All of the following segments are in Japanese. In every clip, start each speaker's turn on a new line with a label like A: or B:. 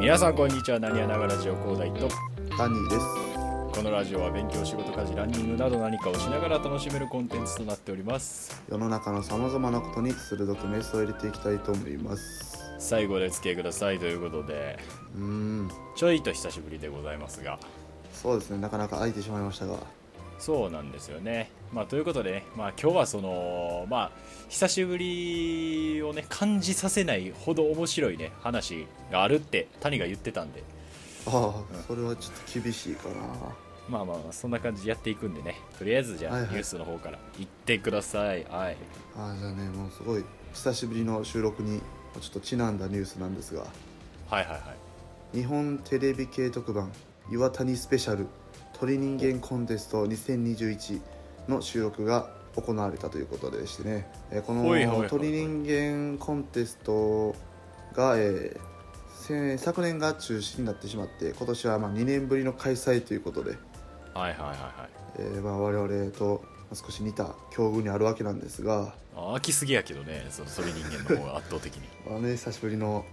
A: 皆さんこんにちはなにわながラジオ高大と
B: タニーです。
A: このラジオは勉強仕事家事ランニングなど何かをしながら楽しめるコンテンツとなっております
B: 世の中のさまざまなことに鋭くメスを入れていきたいと思います。
A: 最後までお付き合いくださいということで
B: うーん、
A: ちょいと久しぶりでございますが
B: そうですね。なかなか空いてしまいましたが、
A: そうなんですよね、まあ、ということでね、まあ、今日はそのまあ久しぶりをね感じさせないほど面白いね話があるって谷が言ってたんで
B: ああ、それはちょっと厳しいかな。
A: まあまあまあそんな感じでやっていくんでねとりあえずじゃあ
B: はい
A: ニ
B: はい
A: ュースの方から行ってくださいはい、
B: ああ、じゃあね、もうすごい久しぶりの収録にちょっとちなんだニュースなんですが、
A: はい、はいはい
B: 日本テレビ系特番岩谷スペシャル鳥人間コンテスト2021の収録が行われたということでしてね、えーこ
A: ほいほいほ
B: の
A: い
B: 鳥人間コンテストが、えーせ昨年が中止になってしまって今年はまあ2年ぶりの開催ということで、
A: はいはいはいはい
B: えーまあ我々と少し似た境遇にあるわけなんですが、
A: あ飽きすぎやけどねそのそれ人間の方が圧倒的に
B: まあね、久しぶりの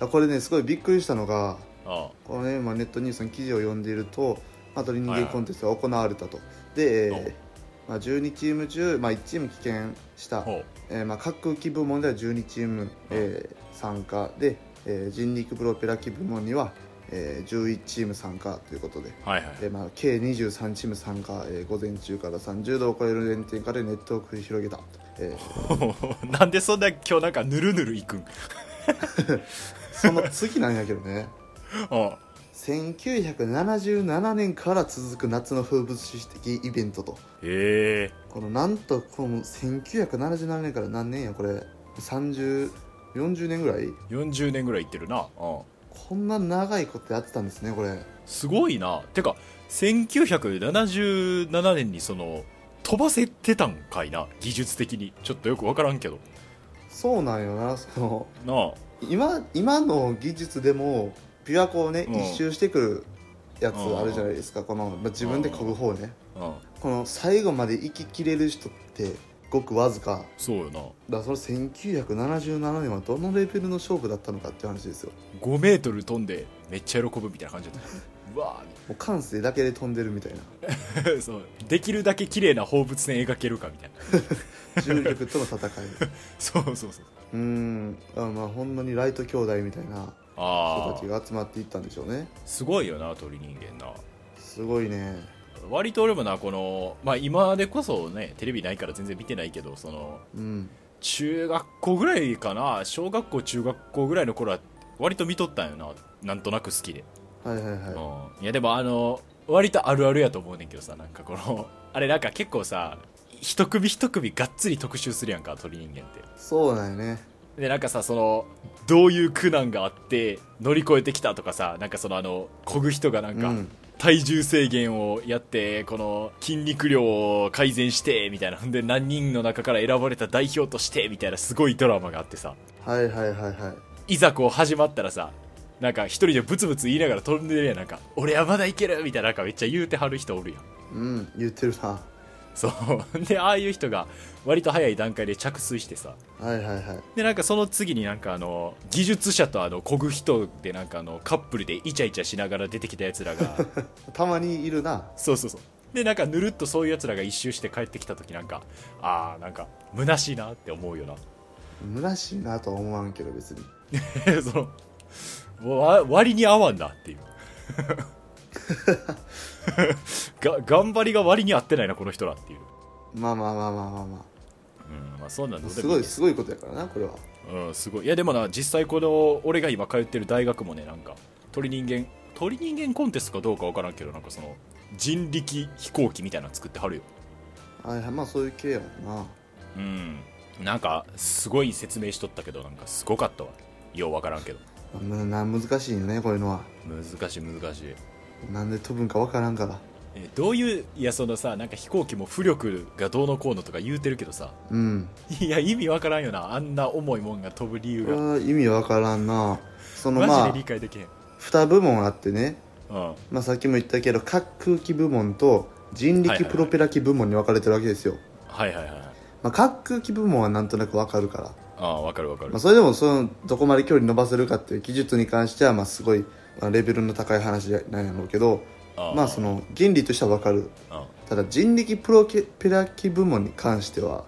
B: あこれねすごいびっくりしたのが
A: あ
B: このね、 まあ、ネットニュースの記事を読んでいると、まあ、鳥人
A: はい
B: 間
A: はい
B: コンテストが行われたと、で、えー
A: おう
B: まあ、12チーム中、まあ、1チーム棄権した
A: あ、ほう
B: えーまあ、各機部門では12チーム、えー参加で、えー人力プロペラ機部門には、えー11チーム参加ということで。
A: はいはい
B: でまあ、計23チーム参加、えー午前中から30度を超える炎天下でネットを繰り広げた、え ー
A: なんでそんな今日なんかぬるぬるいくん
B: その次なんやけど ね
A: あ
B: 1977年から続く夏の風物詩的イベントと
A: へえ
B: このなんとこの1977年から何年やこれ3040年ぐらい
A: 40年ぐらいいってるなあ
B: こんな長いことやってたんですねこれ
A: すごいなてか1977年にその飛ばせてたんかいな技術的にちょっとよく分からんけど
B: そうなんよな そ
A: なあ
B: の今今の技術でも琵琶湖をね、
A: うん
B: 一周してくるやつあるじゃないですかこの、まあ、自分で漕ぐ方ね
A: うん
B: この最後まで生ききれる人ってごくわずか
A: そうよな
B: だからその1977年はどのレベルの勝負だったのかっていう話ですよ
A: 5メートル飛んでめっちゃ喜ぶみたいな感じだった うわ
B: もう感性だけで飛んでるみたいな
A: ー そうできるだけ綺麗な放物線描けるかみたいな
B: 重力との戦い
A: そうそうそう
B: うーんあまあほんまにライト兄弟みたいな人
A: あ
B: たち
A: あ
B: が集まっていったんでしょうね
A: すごいよな鳥人間な
B: すごいね
A: 割と俺もなこの、まあ、今でこそねテレビないから全然見てないけどその
B: うん
A: 中学校ぐらいかな小学校中学校ぐらいの頃は割と見とったんよななんとなく好きで、
B: はいはいは
A: うん、いやでもあの割とあるあるやと思うねんけどさなんかこのあれなんか結構さ一組一組がっつり特集するやんか鳥人間って
B: いそうなんよね
A: でなんかさそのどういう苦難があって乗り越えてきたとかさなんかそのあのこぐ人がなんか、
B: うん
A: 体重制限をやってこの筋肉量を改善してみたいなほんで何人の中から選ばれた代表としてみたいなすごいドラマがあってさ
B: はいはいはいはい
A: いざこう始まったらさなんか一人でブツブツ言いながら飛んでるやんなんか俺はまだいけるみたいななんかめっちゃ言うてはる人おるやん
B: うん言ってるな
A: そう でああいう人が割と早い段階で着水してさ
B: はいはいはい
A: でなんかその次になんかあの技術者とあのこぐ人でなんかあのカップルでイチャイチャしながら出てきたやつらが
B: たまにいるな
A: そうそうそうでなんかぬるっとそういうやつらが一周して帰ってきた時なんかああなんか虚しいなって思うよな
B: 虚しいなとは思わんけど別に
A: そのもうわ割に合わんな っていうが頑張りが割に合ってないなこの人らっていう、
B: まあまあまあまあまあま
A: うんまあ、そうなん
B: あ
A: だ
B: すごいすごいことやからなこれは
A: うん、すごいいやでもな実際この俺が今通ってる大学もねなんか鳥人間鳥人間コンテストかどうかわからんけどなんかその人力飛行機みたいなの作ってはるよ
B: はいはいまあそういう系やもんな
A: うんなんかすごい説明しとったけどなんかすごかったわようわからんけど
B: むな難しいよねこういうのは
A: 難しい難しい
B: なんで飛ぶんかわからんから
A: えどういういやそのさなんか飛行機も浮力がどうのこうのとか言うてるけどさ
B: うん
A: いや意味わからんよなあんな重いもんが飛ぶ理由
B: これ
A: が
B: は意味わからんなそのま
A: マ
B: あ
A: ジで理解できへん、
B: 2部門あってね、
A: うん、
B: まあ、さっきも言ったけど滑空機部門と人
A: はいはい
B: 力
A: はい
B: プロペラ機部門に分かれてるわけですよ、
A: はいはいはい
B: まあ、滑空機部門はなんとなく分かるから
A: ああ分かる分かる
B: まあ、それでもそのどこまで距離伸ばせるかっていう技術に関してはまあすごいまあレベルの高い話なんやろうけど
A: ああ
B: まあその原理としては分かる
A: あ
B: ただ人力プロペラ機部門に関し ては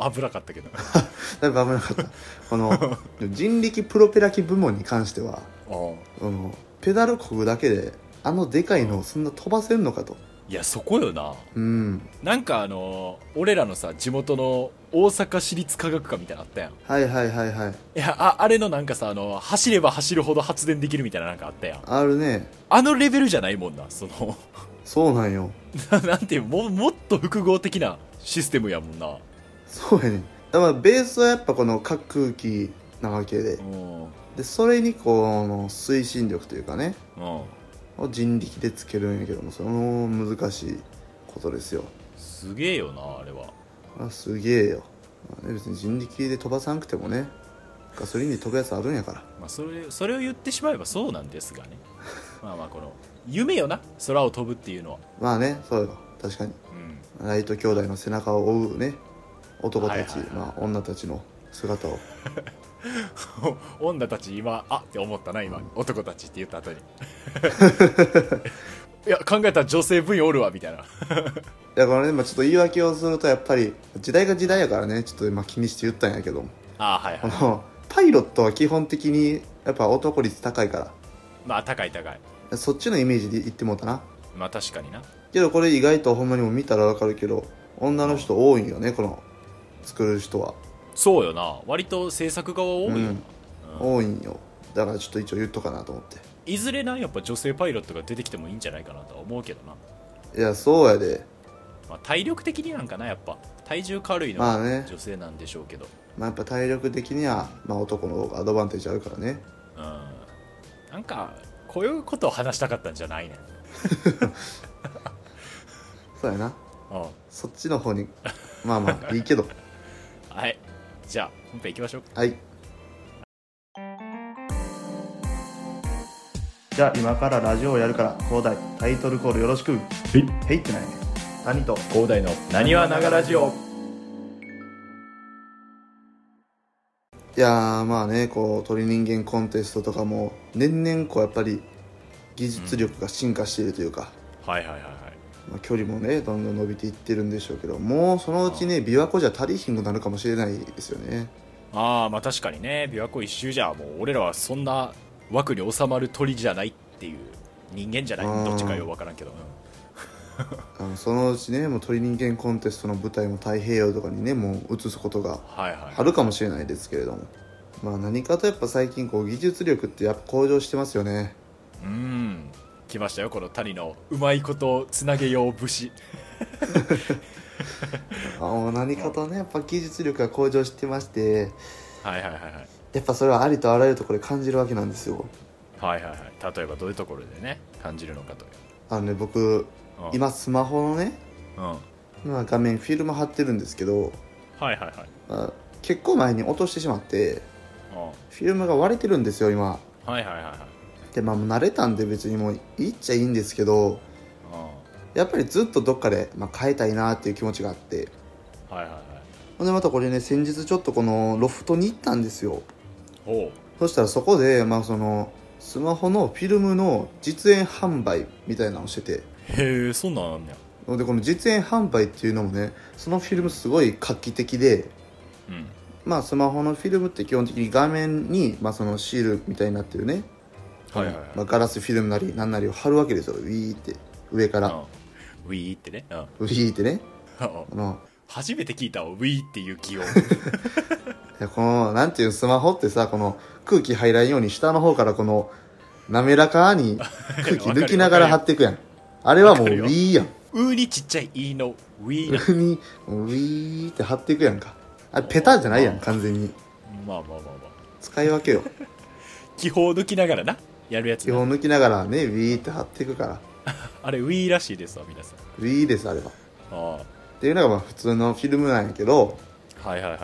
A: あ危なかったけどあ
B: だいぶ危なかったこの人力プロペラ機部門に関しては
A: あ
B: そのペダルこぐだけであのでかいのをそんな飛ばせるのかと
A: いやそこよな
B: うん
A: なんかあの俺らのさ地元の大阪市立科学科みたいなのあったやんい
B: はいはいはいはい
A: やああれのなんかさあの走れば走るほど発電できるみたいななんかあったやん
B: あるね
A: あのレベルじゃないもんなその
B: そうなんよ
A: ななんていうももっと複合的なシステムやもんな
B: そうやねだからベースはやっぱこの各空気なわけで
A: うんうん
B: でそれにこの推進力というかねを人力でつけるんやけどもその難しいことですよ
A: すげえよなあれは
B: あすげえよ、まあね別に人力で飛ばさなくてもねガソリンで飛ぶやつあるんやから
A: まあ、それそれを言ってしまえばそうなんですがねまあまあこの夢よな空を飛ぶっていうのは、
B: まあねそうよ確かに
A: うん、
B: ライト兄弟の背中を追うね男たち、
A: はいはいはい
B: まあ、女たちの姿を
A: 女たち今あって思ったな今男たちって言った 後にいや考えたら女性部員おるわみたいな
B: だからね、まあ、ちょっと言い訳をするとやっぱり時代が時代やからねちょっとまあ気にして言ったんやけども
A: あーはい
B: こ
A: はい
B: のパイロットは基本的にやっぱ男率高いか
A: まあ高い高い
B: らそっちのイメージで言ってもうたな
A: まあ確かにな
B: けどこれ意外とほんまにも見たらわかるけど女の人多いんよねこの作る人は、
A: そうよな割と制作側多いよな、
B: うん多いんよだからちょっと一応言っとかなと思っ
A: いずれなやっぱ女性パイロットが出てきてもいいんじゃないかなとは思うけどな、
B: ていやそうやで、
A: まあ、体力的になんかなやっぱ体重軽いの
B: ま
A: は
B: あね、
A: 女性なんでしょうけど、
B: まあ、やっぱ体力的には、まあ、男の方がアドバンテージあるからね
A: うんなんかこういうことを話したかったんじゃないね
B: そうやな
A: うん
B: そっちの方にまあまあいいけ ど
A: はいじゃあ本編行きましょう
B: はいじゃあ今からラジオをやるから広大タイトルコールよろしくへ
A: はい
B: いってないね谷と
A: 広大のなにわながラジオ
B: いやーまあねこう鳥人間コンテストとかも年々こうやっぱり技術力が進化しているというか、
A: はいはいはいはい
B: まあ、距離もねどんどん伸びていってるんでしょうけどもうそのうちね琵琶湖じゃ足りひんくなるかもしれないですよね
A: ああまあ確かにね琵琶湖一周じゃもう俺らはそんな枠に収まる鳥じゃないっていう人間じゃない
B: うん
A: どっちかよう分からんけど、うん
B: あのそのうちねもう鳥人間コンテストの舞台も太平洋とかにねもう移すことが
A: はいはい
B: あるかもしれないですけれどもまあ何かとやっぱ最近こう技術力ってやっぱ向上してますよね
A: うん来ましたよこの谷のうまいことつなげよう武士
B: あもう何かとねやっぱ技術力が向上してまして
A: はいはいはいはい
B: やっぱそれはありとあらゆるところで感じるわけなんですよ
A: はいはいはい例えばどういうところでね感じるのかという
B: あのね僕
A: うん
B: 今スマホのね、
A: うんはい
B: まあ、画面フィルム貼ってるんですけど、
A: はいはい
B: まあ結構前に落としてしまって
A: う
B: フィルムが割れてるんですよ今
A: んはいはいはいはい
B: でまあもう慣れたんで別にもういいっちゃいいんですけどやっぱりずっとどっかで、まあ、変えたいなっていう気持ちがあって
A: うんはいはいはい
B: ほんでまたこれね先日ちょっとこのロフトに行ったんですよ
A: おう
B: そしたらそこでまあそのスマホのフィルムの実演販売みたいなのをしてて
A: へえそんなんあんねや
B: でこの実演販売っていうのもねそのフィルムすごい画期的で
A: うん
B: まあスマホのフィルムって基本的に画面に、まあ、そのシールみたいになってるね、
A: はいはいはい
B: まあ、ガラスフィルムなりなんなりを貼るわけですよウィーって上から、
A: うんウィーってね、うん、
B: ウィーってねこの
A: 初めて聞いたわウィーっていう 気を
B: いやこのなんていうのスマホってさこの空気入らんように下の方からこの滑らか に空気抜きながら貼っていくやんあれはもうウ
A: わかるよ
B: ィーやん
A: ウーにちっちゃいイーのウィーな
B: 上にウィーって貼っていくやんかあれペタじゃないやん完全に
A: まあまあまあまあ
B: 使い分けよ
A: 気泡抜きながらなやるやつ
B: 基
A: な
B: 本抜きながらねウィーって貼っていくから
A: あれウィーらしいですわ皆さん
B: ウィーですあれは
A: あ
B: っていうのがまあ普通のフィルムなんやけど
A: あはいはいはい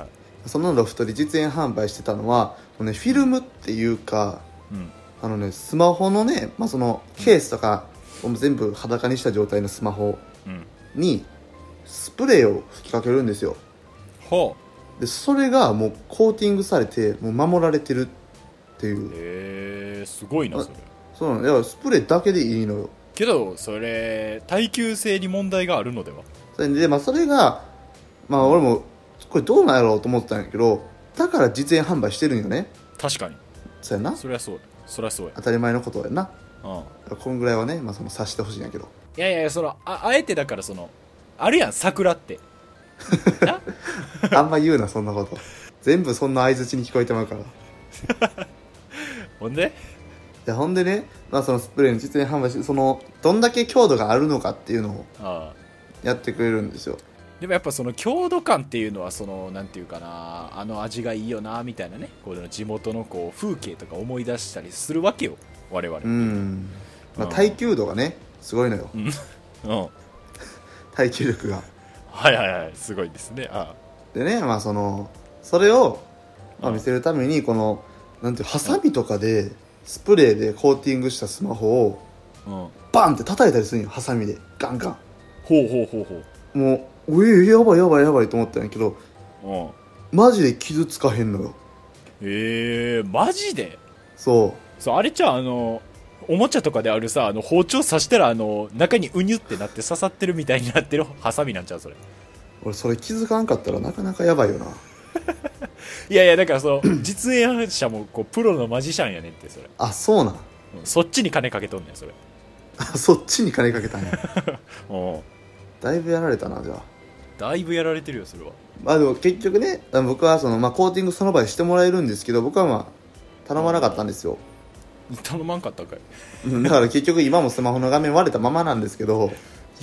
B: そのロフトで実演販売してたのはもうねフィルムっていうか
A: うん
B: あのねスマホのね、まあ、そのケースとかを全部裸にした状態のスマホ
A: うん
B: にスプレーを吹きかけるんですよ
A: ほ
B: でそれがもうコーティングされてもう守られてるっていう
A: えー、すごいなそれ
B: そうなのだからスプレーだけでいいのよ
A: けどそれ耐久性に問題があるのでは
B: それで、まあ、それがまあ俺もこれどうなんやろうと思ってたんやけどだから実演販売してるんよね
A: 確かに
B: そうやな
A: そりゃそうだそりゃそうや、
B: 当たり前のことやな
A: うん、
B: こんぐらいはね、まあ、その察してほしいんやけど
A: いやいやいやそのああえてだからそのあるやん桜って
B: あんま言うなそんなこと全部そんな相づちに聞こえてまうからい
A: ほんで
B: やほんでね、まあ、そのスプレーの実演販売してそのどんだけ強度があるのかっていうのを
A: ああ
B: やってくれるんですよ
A: でもやっぱその郷土感っていうのはそのなんていうかなあの味がいいよなみたいなねこう地元のこう風景とか思い出したりするわけよ我々
B: う、ん、まあ、
A: うん
B: 耐久度がねすごいのよ
A: うん、
B: 耐久力が
A: はいはいはいすごいですねあ
B: でねまあそのそれを、まあ、
A: うん
B: 見せるためにこのなんていうハサミとかでスプレーでコーティングしたスマホを
A: あ、うん、
B: バンって叩いたりするんよハサミでガンガ
A: ほうほうほうほう
B: ンもうおえやばいやばいやばいと思ったんやけど
A: うん
B: マジで傷つかへんのよ
A: えー、マジで
B: そ
A: そうあれちゃうあのおもちゃとかであるさあの包丁刺したらあの中にうにゅってなって刺さってるみたいになってる ハサミなんちゃうそれ
B: う俺それ気づかんかったらなかなかやばいよない
A: やいやだからその 実演者もこうプロのマジシャンやねんってそれ、
B: あそうなん
A: うんそっちに金かけとんねんそれ
B: あそっちに金かけたんや
A: うん
B: だいぶやられたなじゃあ
A: だいぶやられてるよそれは
B: まあでも結局ね僕はその、まあ、コーティングその場でしてもらえるんですけど僕はまあ頼まなかったんですよ
A: 頼まんかったんかい
B: うんだから結局今もスマホの画面割れたままなんです けど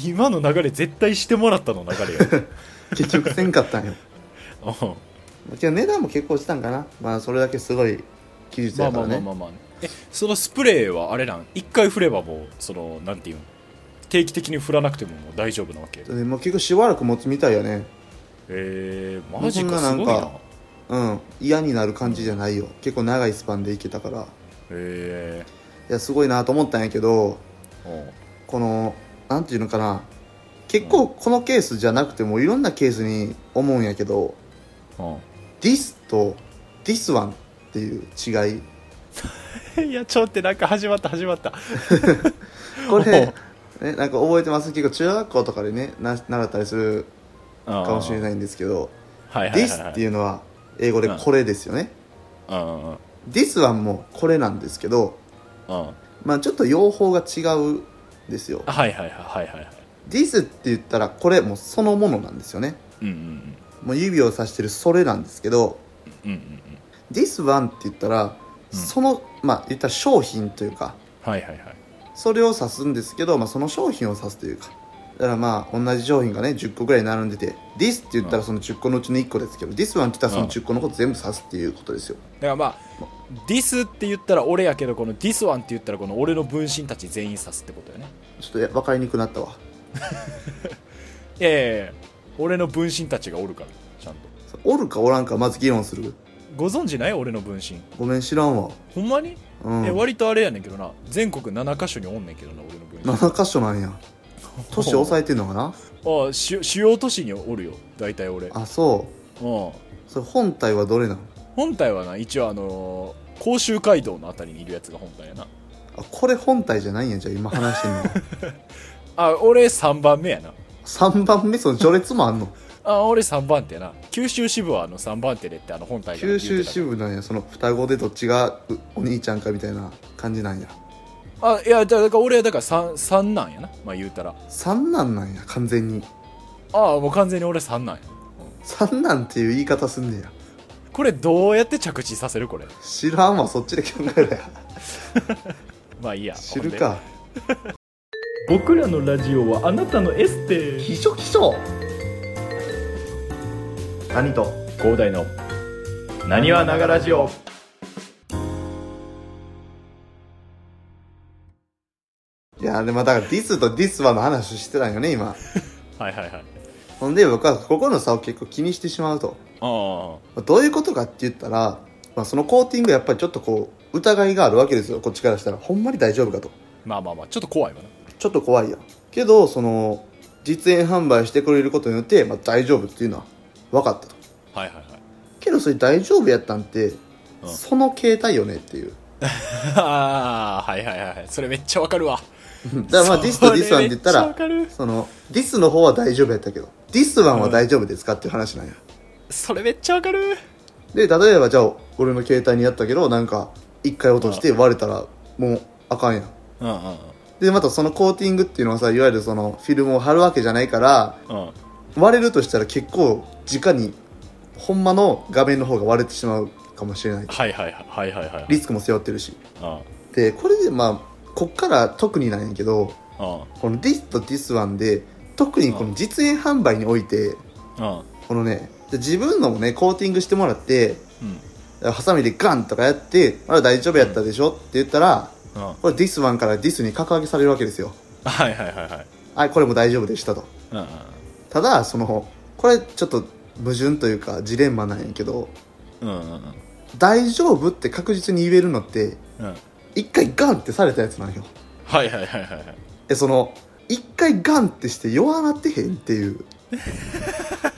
A: 今の流れ絶対してもらったの流れ よ
B: 結局せんかったんよ
A: うん
B: けど値段も結構したんかなまあそれだけすごい技術
A: ま
B: や
A: あ
B: か
A: まあ
B: ら
A: まあ
B: ね
A: まあまあ、えそのスプレーはあれなん一回振ればもうそのなんていうん定期的に振らなくてももう大丈夫なわけ
B: でもう結局しばらく持つみたいよね
A: えー、マジ
B: も
A: か
B: うそ
A: す
B: ん
A: ご
B: な
A: い
B: な
A: なん
B: かうん嫌になる感じじゃないよ結構長いスパンでいけたからい
A: え
B: やすごいなと思ったんやけど
A: ー、うん
B: このなんていうのかな結構このケースじゃなくてもいろんなケースに思うんやけど
A: う
B: ディスとディスワンっていう違い
A: ん、いやちょっと待ってなんか始まった始まった
B: これ、ね、なんか覚えてます結構中学校とかでねな習ったりする
A: か
B: かもしれ
A: い
B: ないんですけど
A: はいはい
B: ディ
A: は
B: ス
A: い、は
B: って
A: い
B: いうのは英語でこれですよね
A: うんうんうん
B: ディスワンもこれなんですけど、
A: あ
B: まあ、ちょっと用法が違うんですよ
A: はいはいはいはいはいはい
B: ディスって言ったらこれもうそのものなんですよね
A: うんうん
B: もう指を指してるそれなんですけど
A: うんうんうんうん
B: ディスワンって言ったら
A: うん
B: その、まあ言ったら商品というか
A: はいはいはい
B: それを指すんですけど、まあ、その商品を指すというかだからまあ同じ商品がね10個ぐらい並んでて「this」って言ったらその10個のうちの1個ですけど「this one」って言ったらその10個のこと全部指すっていうことですよ
A: だからまあディスって言ったら俺やけどこのディスワンって言ったらこの俺の分身たち全員指すってことよね
B: ちょっとや分かりにくくなったわ
A: いやいやいや俺の分身たちがおるからちゃんと
B: おるかおらんかまず議論する
A: ご存知ない俺の分身
B: ごめん知らんわ
A: ほんまに、
B: うん
A: え割とあれやねんけどな全国7箇所におんねんけどな俺の分身
B: 7箇所なんや都市抑えてんのかな
A: ああ主主要都市におるよ大体俺
B: あそ
A: うん
B: うそれ本体はどれなの
A: 本体はな一応あのー甲州街道のあたりにいるやつが本体やな
B: あこれ本体じゃないんやじゃあ今話してんの
A: あ俺3番目やな
B: 3番目その序列もあんの
A: あ俺3番手やな九州支部はあの3番手でってあの本体が言
B: 九
A: うてた
B: 州支部なんやその双子でどっちがうお兄ちゃんかみたいな感じなんや
A: あいやじゃあだから俺はだから 3, 三なんやなまあ言うたら
B: 三男なんや完全に
A: ああもう完全に俺3なんや
B: 三男っていう言い方すんねや
A: これどうやって着地させるこれ
B: 知らんわそっちで考えろや
A: まあいいや
B: 知るか
A: ほんで僕らのラジオはあなたのエステ
B: 秘書秘書何と
A: 広大のなにわながラジオ
B: いやでもだからディスとディスはの話してたんよね今
A: はいはいはい
B: ほんで僕はここの差を結構気にしてしまうと
A: あ
B: どういうことかって言ったら、まあ、そのコーティングやっぱりちょっとこう疑いがあるわけですよこっちからしたらほんまに大丈夫かと
A: あまあまあまあちょっと怖いわな
B: ちょっと怖いやんけどその実演販売してくれることによって、まあ、大丈夫っていうのは分かったと
A: はいはいはい
B: もそれ大丈夫やったんって、
A: うん
B: その携帯よねっていう
A: ああはいはいはいそれめっちゃわかるわ
B: だからまあ
A: それ
B: ディスとディスワンって言った
A: めちゃ
B: ら
A: わかる
B: そのディスの方は大丈夫やったけどディスワンは大丈夫ですかっていう話なんや
A: それめっちゃわかる
B: で例えばじゃあ俺の携帯にやったけどなんか一回落として割れたらもうあかんやん
A: うんうんうん
B: でまたそのコーティングっていうのはさいわゆるそのフィルムを貼るわけじゃないから
A: うん
B: 割れるとしたら結構直にほんまの画面の方が割れてしまうかもしれない
A: はいはいはいはいはいはい
B: リスクも背負ってるし
A: うんうん
B: でこれでまあこっから特になんやけどこの「This と「This1」で特にこの実演販売において
A: うん
B: このね自分のもねコーティングしてもらって
A: うん
B: ハサミでガンとかやって「あれ大丈夫やったでしょ」って言ったら
A: うん
B: これ「This1」から「This」に格上げされるわけですよ
A: はいはいはいはい
B: はいこれも大丈夫でしたと
A: うんうん
B: ただそのこれちょっと矛盾というかジレンマなんやけど
A: うんうんうん
B: 大丈夫って確実に言えるのって
A: うん
B: 一回ガンってされたやつなんよ
A: はいはいはいはいはい
B: えその一回ガンってして弱なってへんっていう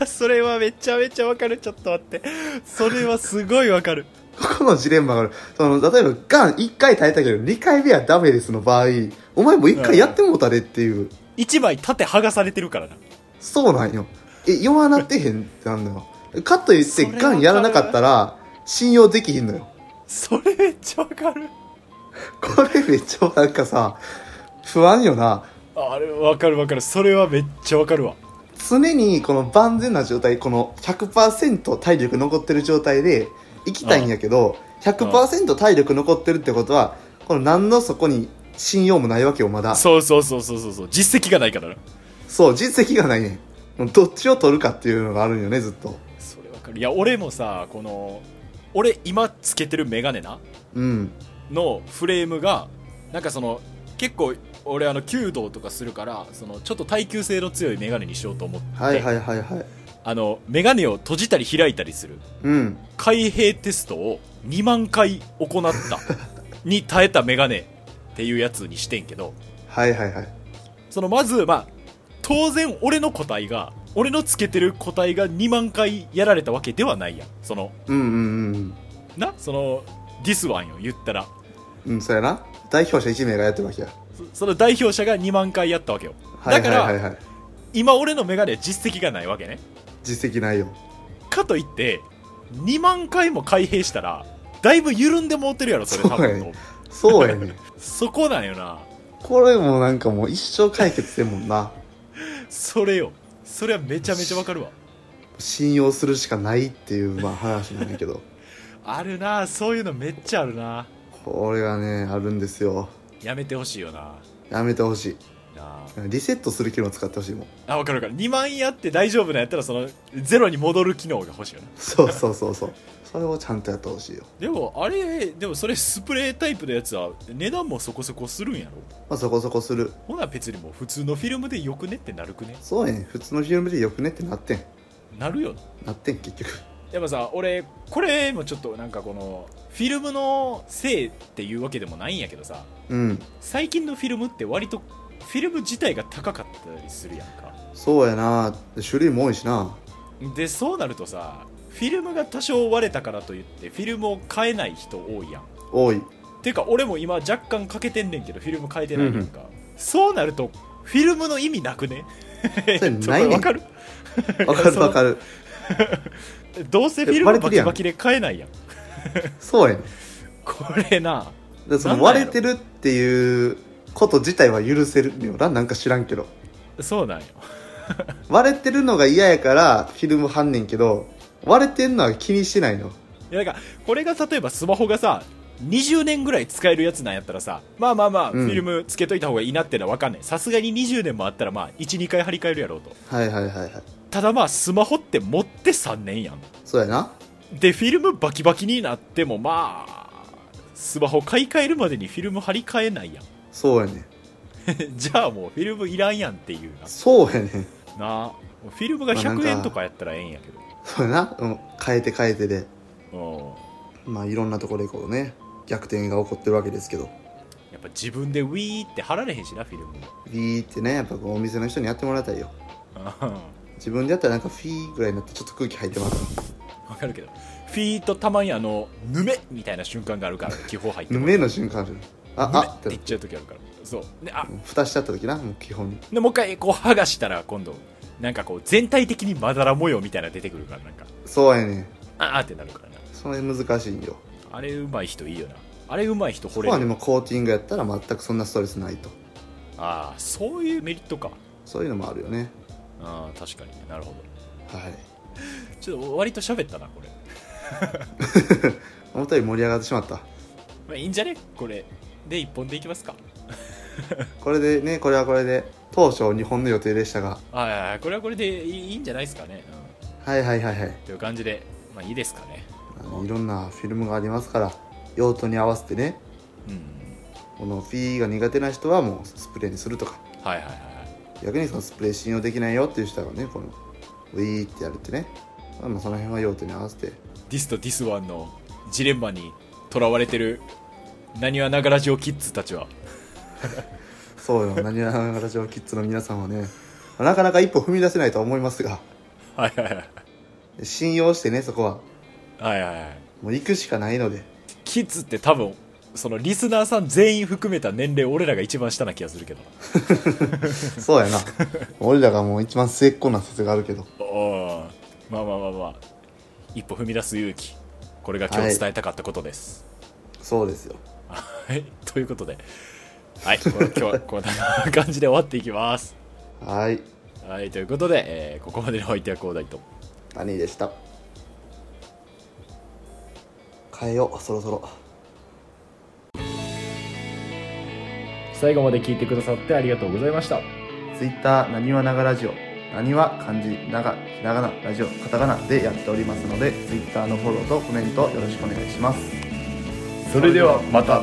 A: それはめちゃめちゃわかるちょっと待ってそれはすごいわかる
B: ここのジレンマがあるその例えばガン一回耐えたけど二回目はダメですの場合お前もう一回やってもうたでっていう、
A: 一枚縦剥がされてるからな
B: そうなんよえ弱なってへんってなんだよかといっ
A: そ
B: て
A: れわかる
B: ガンやらなかったら信用できひんのよ
A: それめっちゃわかる
B: これめっちゃなんかさ不安よな
A: あれわかるわかるそれはめっちゃわかるわ
B: 常にこの万全な状態この100%体力残ってる状態で生きたいんやけど100%体力残ってるってことはこの何のそこに信用もないわけよまだ
A: そうそうそうそうそうそう実績がないからな
B: そう実績がないねんもうどっちを取るかっていうのがあるんよねずっと
A: それわかるいや俺もさこの俺今つけてるメガネな
B: うん
A: のフレームがなんかその結構俺あの弓道とかするからそのちょっと耐久性の強いメガネにしようと思って、
B: はいはいはいはい
A: あのメガネを閉じたり開いたりする
B: うん
A: 開閉テストを2万回行ったに耐えたメガネっていうやつにしてんけど
B: はいはいはい
A: そのまずまあ当然俺の個体が俺のつけてる個体が2万回やられたわけではないやんその
B: うんうんうん
A: なそのディスワンよ言ったら
B: うんうんそうやな代表者1名がやってるわけや
A: そその代表者が2万回やったわけよ
B: はい
A: だ
B: は
A: か
B: い
A: ら、
B: はいはい
A: 今俺のメガネは実績がないわけね
B: 実績ないよ
A: かといって2万回も開閉したらだいぶ緩んでもうてるやろそれ多分
B: そうやねそうやね ん
A: そこなんよな
B: これもなんかもう一生解決せんもんな
A: それよそれはめちゃめちゃわかるわ
B: 信用するしかないっていう、まあ、話なんだけど
A: あるなそういうのめっちゃあるな
B: これがねあるんですよ
A: やめてほしいよな
B: やめてほしい
A: な
B: リセットする機能使ってほしいもん
A: あわかるわかる2万やって大丈夫なんやったらそのゼロに戻る機能が欲しいよな
B: そうそうそうそうそれをちゃんとやってほしいよ、
A: でもあれでもそれスプレータイプのやつは値段もそこそこするんやろ
B: まあ、そこそこする
A: ほな別にもう普通のフィルムでよくねってなるくね
B: そうやねん普通のフィルムでよくねってなってん
A: なるよな
B: なってん結局
A: でもさ俺これもちょっとなんかこのフィルムのせいっていうわけでもないんやけどさ
B: うん
A: 最近のフィルムって割とフィルム自体が高かったりするやんか
B: そうやな種類も多いしな
A: でそうなるとさフィルムが多少割れたからといってフィルムを変えない人多いやん
B: 多い
A: ていうか俺も今若干欠けてんねんけどフィルム変えてないやんか、そうなるとフィルムの意味なくね
B: そ れ
A: ちょっと
B: ないねん
A: わかる
B: わかるわ かる
A: どうせフィルムバキバキで変えないやん
B: そうやねん
A: これな
B: でその
A: なんなんや
B: 割れ
A: ろ
B: てるっていうこと自体は許せるよななんか知らんけど
A: そうなんよ
B: 割れてるのが嫌やからフィルム貼んねんけど割れてんのは気にしてないの
A: いやだからこれが例えばスマホがさ20年ぐらい使えるやつなんやったらさまあまあまあ
B: う
A: フ
B: ん
A: ィルムつけといた方がいいなってのは分かんないさすがに20年もあったらまあ12回張り替えるやろうと
B: はいはいはいはい
A: ただまあスマホって持って3年やん
B: そうやな
A: でフィルムバキバキになってもまあスマホ買い替えるまでにフィルム張り替えないやん
B: そうやねん
A: じゃあもうフィルムいらんやんっていう
B: そうやねん
A: ななあフィルムが
B: まあなんか
A: 100円とかやったらええんやけど
B: そうやな、うん、変えて変えてで
A: うん
B: まあいろんなところでこうね逆転が起こってるわけですけど
A: やっぱ自分でウィーって貼られへんしなフィルム
B: ビーってねやっぱこうお店の人にやってもらいたいよ
A: あ
B: 自分でやったらなんかフィーぐらいになってちょっと空気入ってます
A: わかるけどフィーとたまにあの「ぬめ」みたいな瞬間があるから気泡入って
B: ぬ
A: ぬ
B: めの瞬間あるあ
A: めっ
B: あってて
A: 言っちゃう時あるからそうであ
B: 蓋しちゃった時なもう基本
A: でもう一回こう剥がしたら今度なんかこう全体的にまだら模様みたいなの出てくるからなんか
B: そうやね
A: ああってなるからな
B: それ難しいんよ
A: あれうまい人いいよなあれうまい人惚
B: こ
A: れ
B: こはね
A: る
B: もうコーティングやったら全くそんなストレスないと
A: ああそういうメリットか
B: そういうのもあるよね
A: ああ確かになるほど
B: はい
A: ちょっと割と喋ったなこれ、
B: 思ったより盛り上がってしまった
A: まあ、いいんじゃねこれで一本でいきますか
B: これでねこれはこれで当初日本の予定でしたが
A: はいはいはいこれはこれでいいいいんじゃないですかね、うん、
B: はいはいはいはい
A: という感じでまあいいですかね
B: あのいろんなフィルムがありますから用途に合わせてね
A: うん
B: このフィーが苦手な人はもうスプレーにするとか
A: はいはいはいはい
B: 逆にそのスプレー信用できないよっていう人はねこのウィーってやるってねまあまあその辺は用途に合わせて
A: ディスとディスワンのジレンマにとらわれてるなにわながらジオキッズたちは
B: そうよ何わながら上キッズの皆さんはねなかなか一歩踏み出せないとは思いますが
A: はいはいはい
B: 信用してねそこは
A: はいはいはい
B: もう行くしかないので
A: キッズって多分そのリスナーさん全員含めた年齢俺らが一番下な気がするけど
B: そうや な俺らがもう一番末っ子な説があるけど
A: おまあまあまあまあ一歩踏み出す勇気これが今日伝えたかったことです、
B: そうですよ
A: はいということではいこれ今日はこんな感じで終わっていきます
B: はい
A: はいということで、えーここまでのお相手は広大と
B: 兄でした変えようそろそろ
A: 最後まで聞いてくださってありがとうございました
B: Twitter なにわながラジオなにわ漢字ながひらがなラジオカタカナでやっておりますので Twitter のフォローとコメントよろしくお願いします
A: それではまた